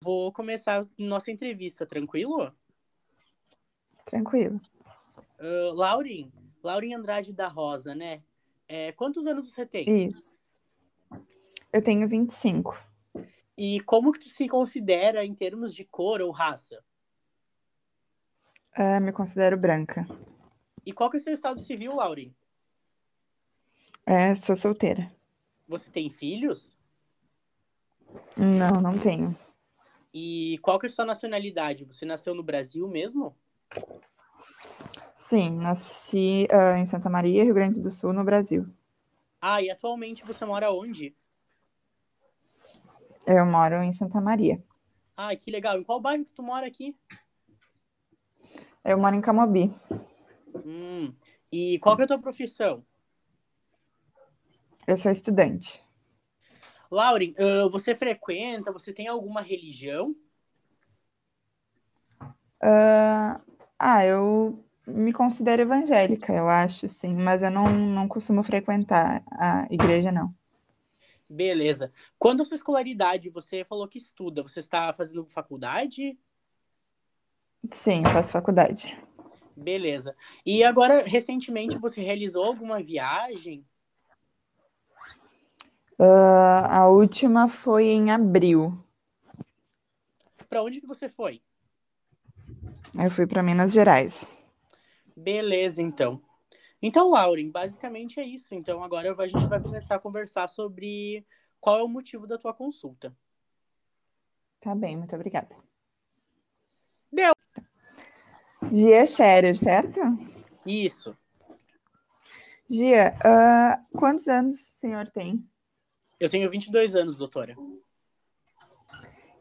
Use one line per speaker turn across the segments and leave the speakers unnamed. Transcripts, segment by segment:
vou começar nossa entrevista, tranquilo?
Tranquilo.
Uh, Laurin, Laurin Andrade da Rosa, né? É, quantos anos você tem?
Isso. Eu tenho 25.
E como que tu se considera em termos de cor ou raça?
Ah, me considero branca.
E qual que é o seu estado civil, Laurin?
É, sou solteira.
Você tem filhos?
Não, não tenho.
E qual que é a sua nacionalidade? Você nasceu no Brasil mesmo?
Sim, nasci ah, em Santa Maria, Rio Grande do Sul, no Brasil.
Ah, e atualmente você mora onde?
Eu moro em Santa Maria.
Ah, que legal. Em qual bairro que tu mora aqui?
Eu moro em Camobi.
Hum. E qual que é a tua profissão?
Eu sou estudante.
Lauren, ah, você frequenta, você tem alguma religião?
Ah, ah, eu me considero evangélica, eu acho, sim, mas eu não, não costumo frequentar a igreja, não.
Beleza. Quando a sua escolaridade, você falou que estuda, você está fazendo faculdade?
Sim, faço faculdade.
Beleza. E agora, recentemente, você realizou alguma viagem?
Ah, a última foi em abril.
Para onde que você foi?
Eu fui para Minas Gerais.
Beleza, então. Então, Lauren, basicamente é isso. Então, agora a gente vai começar a conversar sobre qual é o motivo da tua consulta.
Tá bem, muito obrigada.
Deu.
Gia Scherer, certo?
Isso.
Gia, ah, quantos anos o senhor tem?
Eu tenho 22 anos, doutora.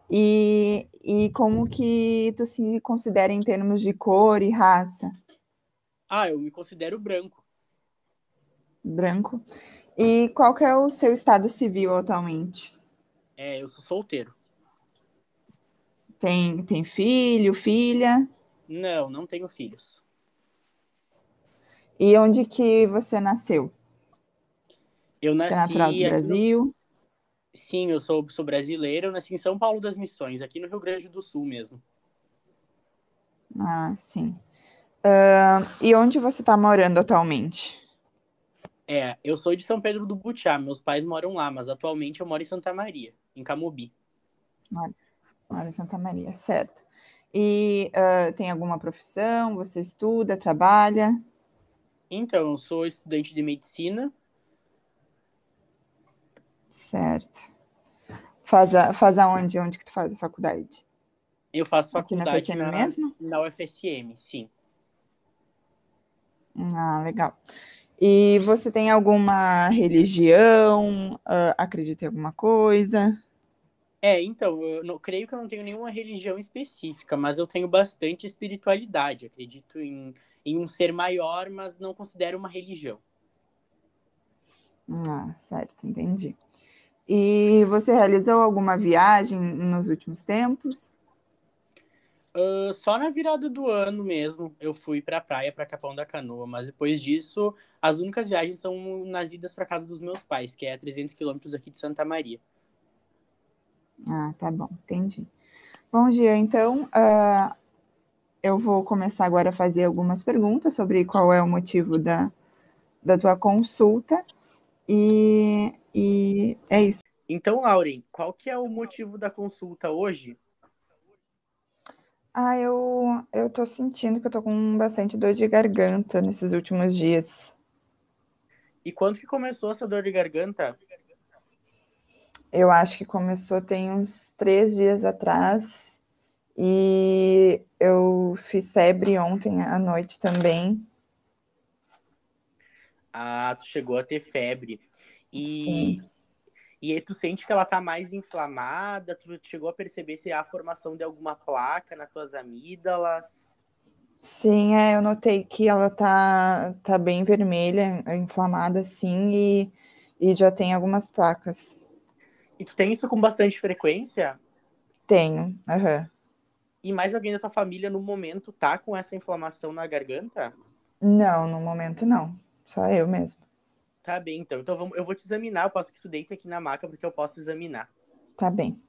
E, e como que tu se considera em termos de cor e raça?
Ah, eu me considero branco.
Branco. E qual que é o seu estado civil atualmente?
É, eu sou solteiro.
Tem, tem filho, filha?
Não, não tenho filhos.
E onde que você nasceu?
Eu
Você
nasci.
é natural do
aqui no-
Brasil?
Sim, eu sou, sou brasileiro. Eu nasci em São Paulo das Missões, aqui no Rio Grande do Sul mesmo.
Ah, sim. Ah, e onde você está morando atualmente?
É, eu sou de São Pedro do Butiá. Meus pais moram lá, mas atualmente eu moro em Santa Maria, em Camobi.
Moro em Santa Maria, certo. E ah, tem alguma profissão? Você estuda, trabalha?
Então, eu sou estudante de medicina.
Certo. Faz, a, faz aonde? Onde que tu faz a faculdade?
Eu faço
Aqui na
faculdade né?
FSM mesmo?
na UFSM, sim.
Ah, legal. E você tem alguma religião? Ah, acredita em alguma coisa?
É, então, eu não, creio que eu não tenho nenhuma religião específica, mas eu tenho bastante espiritualidade. Acredito em, em um ser maior, mas não considero uma religião.
Ah, certo, entendi. E você realizou alguma viagem nos últimos tempos?
Ah, só na virada do ano mesmo eu fui pra praia, pra Capão da Canoa, mas depois disso, as únicas viagens são nas idas pra casa dos meus pais, que é a 300 quilômetros aqui de Santa Maria.
Ah, tá bom, entendi. Bom dia, então ah, eu vou começar agora a fazer algumas perguntas sobre qual é o motivo da, da tua consulta. E, e é isso.
Então, Lauren, qual que é o motivo da consulta hoje?
Ah, eu, eu tô sentindo que eu tô com bastante dor de garganta nesses últimos dias.
E quando que começou essa dor de garganta?
Eu acho que começou tem uns três dias atrás. E eu fiz febre ontem à noite também.
Ah, tu chegou a ter febre. E
Sim.
E aí tu sente que ela tá mais inflamada? Tu chegou a perceber se há a formação de alguma placa nas tuas amígdalas?
Sim, é, eu notei que ela tá, tá bem vermelha, inflamada, sim, e, e já tem algumas placas.
E tu tem isso com bastante frequência?
Tenho, aham.
E mais alguém da tua família no momento tá com essa inflamação na garganta?
Não, no momento não. Só eu mesmo.
Tá bem, então. Então vamos, eu vou te examinar. Eu posso que tu deita aqui na maca porque eu posso examinar.
Tá bem.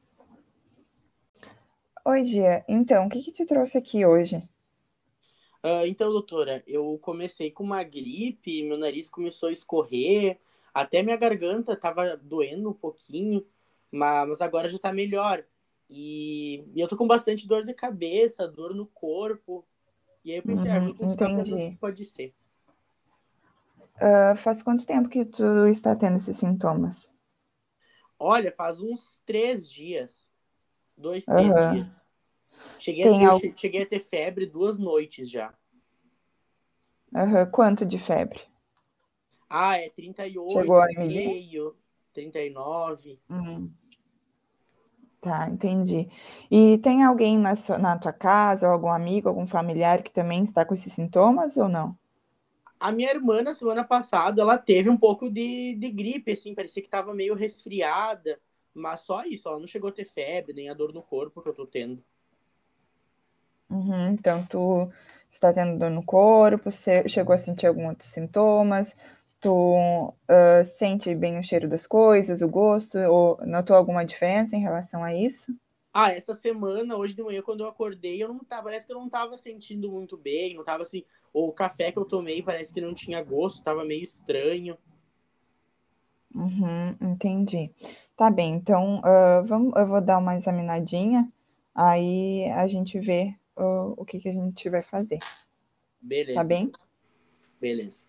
tá Oi, Gia. Então, o que que te trouxe aqui hoje?
Ah, então, doutora, eu comecei com uma gripe, meu nariz começou a escorrer, até minha garganta tava doendo um pouquinho, ma- mas agora já tá melhor. E, e eu tô com bastante dor de cabeça, dor no corpo. E aí eu pensei, ah,
Uhum,
vou consultar pra ver o
entendi.
que pode ser.
Ah, faz quanto tempo que tu está tendo esses sintomas?
Olha, faz uns três dias, dois, três
Aham.
dias. Cheguei a
Tem
ter,
al...
che- cheguei a ter febre duas noites já.
aham, Quanto de febre?
Ah, é
Chegou a medir?
38,5, 39.
Hum, tá, entendi. E tem alguém na, sua- na tua casa, ou algum amigo, algum familiar que também está com esses sintomas ou não?
A minha irmã, na semana passada, ela teve um pouco de, de gripe, assim, parecia que tava meio resfriada, mas só isso, ela não chegou a ter febre, nem a dor no corpo que eu tô tendo.
Uhum, então, tu está tendo dor no corpo, se- chegou a sentir algum outros sintomas, tu ah, sente bem o cheiro das coisas, o gosto, ou notou alguma diferença em relação a isso?
Ah, essa semana, hoje de manhã, quando eu acordei, eu não tava, parece que eu não tava sentindo muito bem, não tava assim, ou o café que eu tomei parece que não tinha gosto, tava meio estranho.
Uhum, entendi. Tá bem, então ah, vamos, eu vou dar uma examinadinha, aí a gente vê ah, o que que a gente vai fazer, tá
Beleza,
bem?
beleza.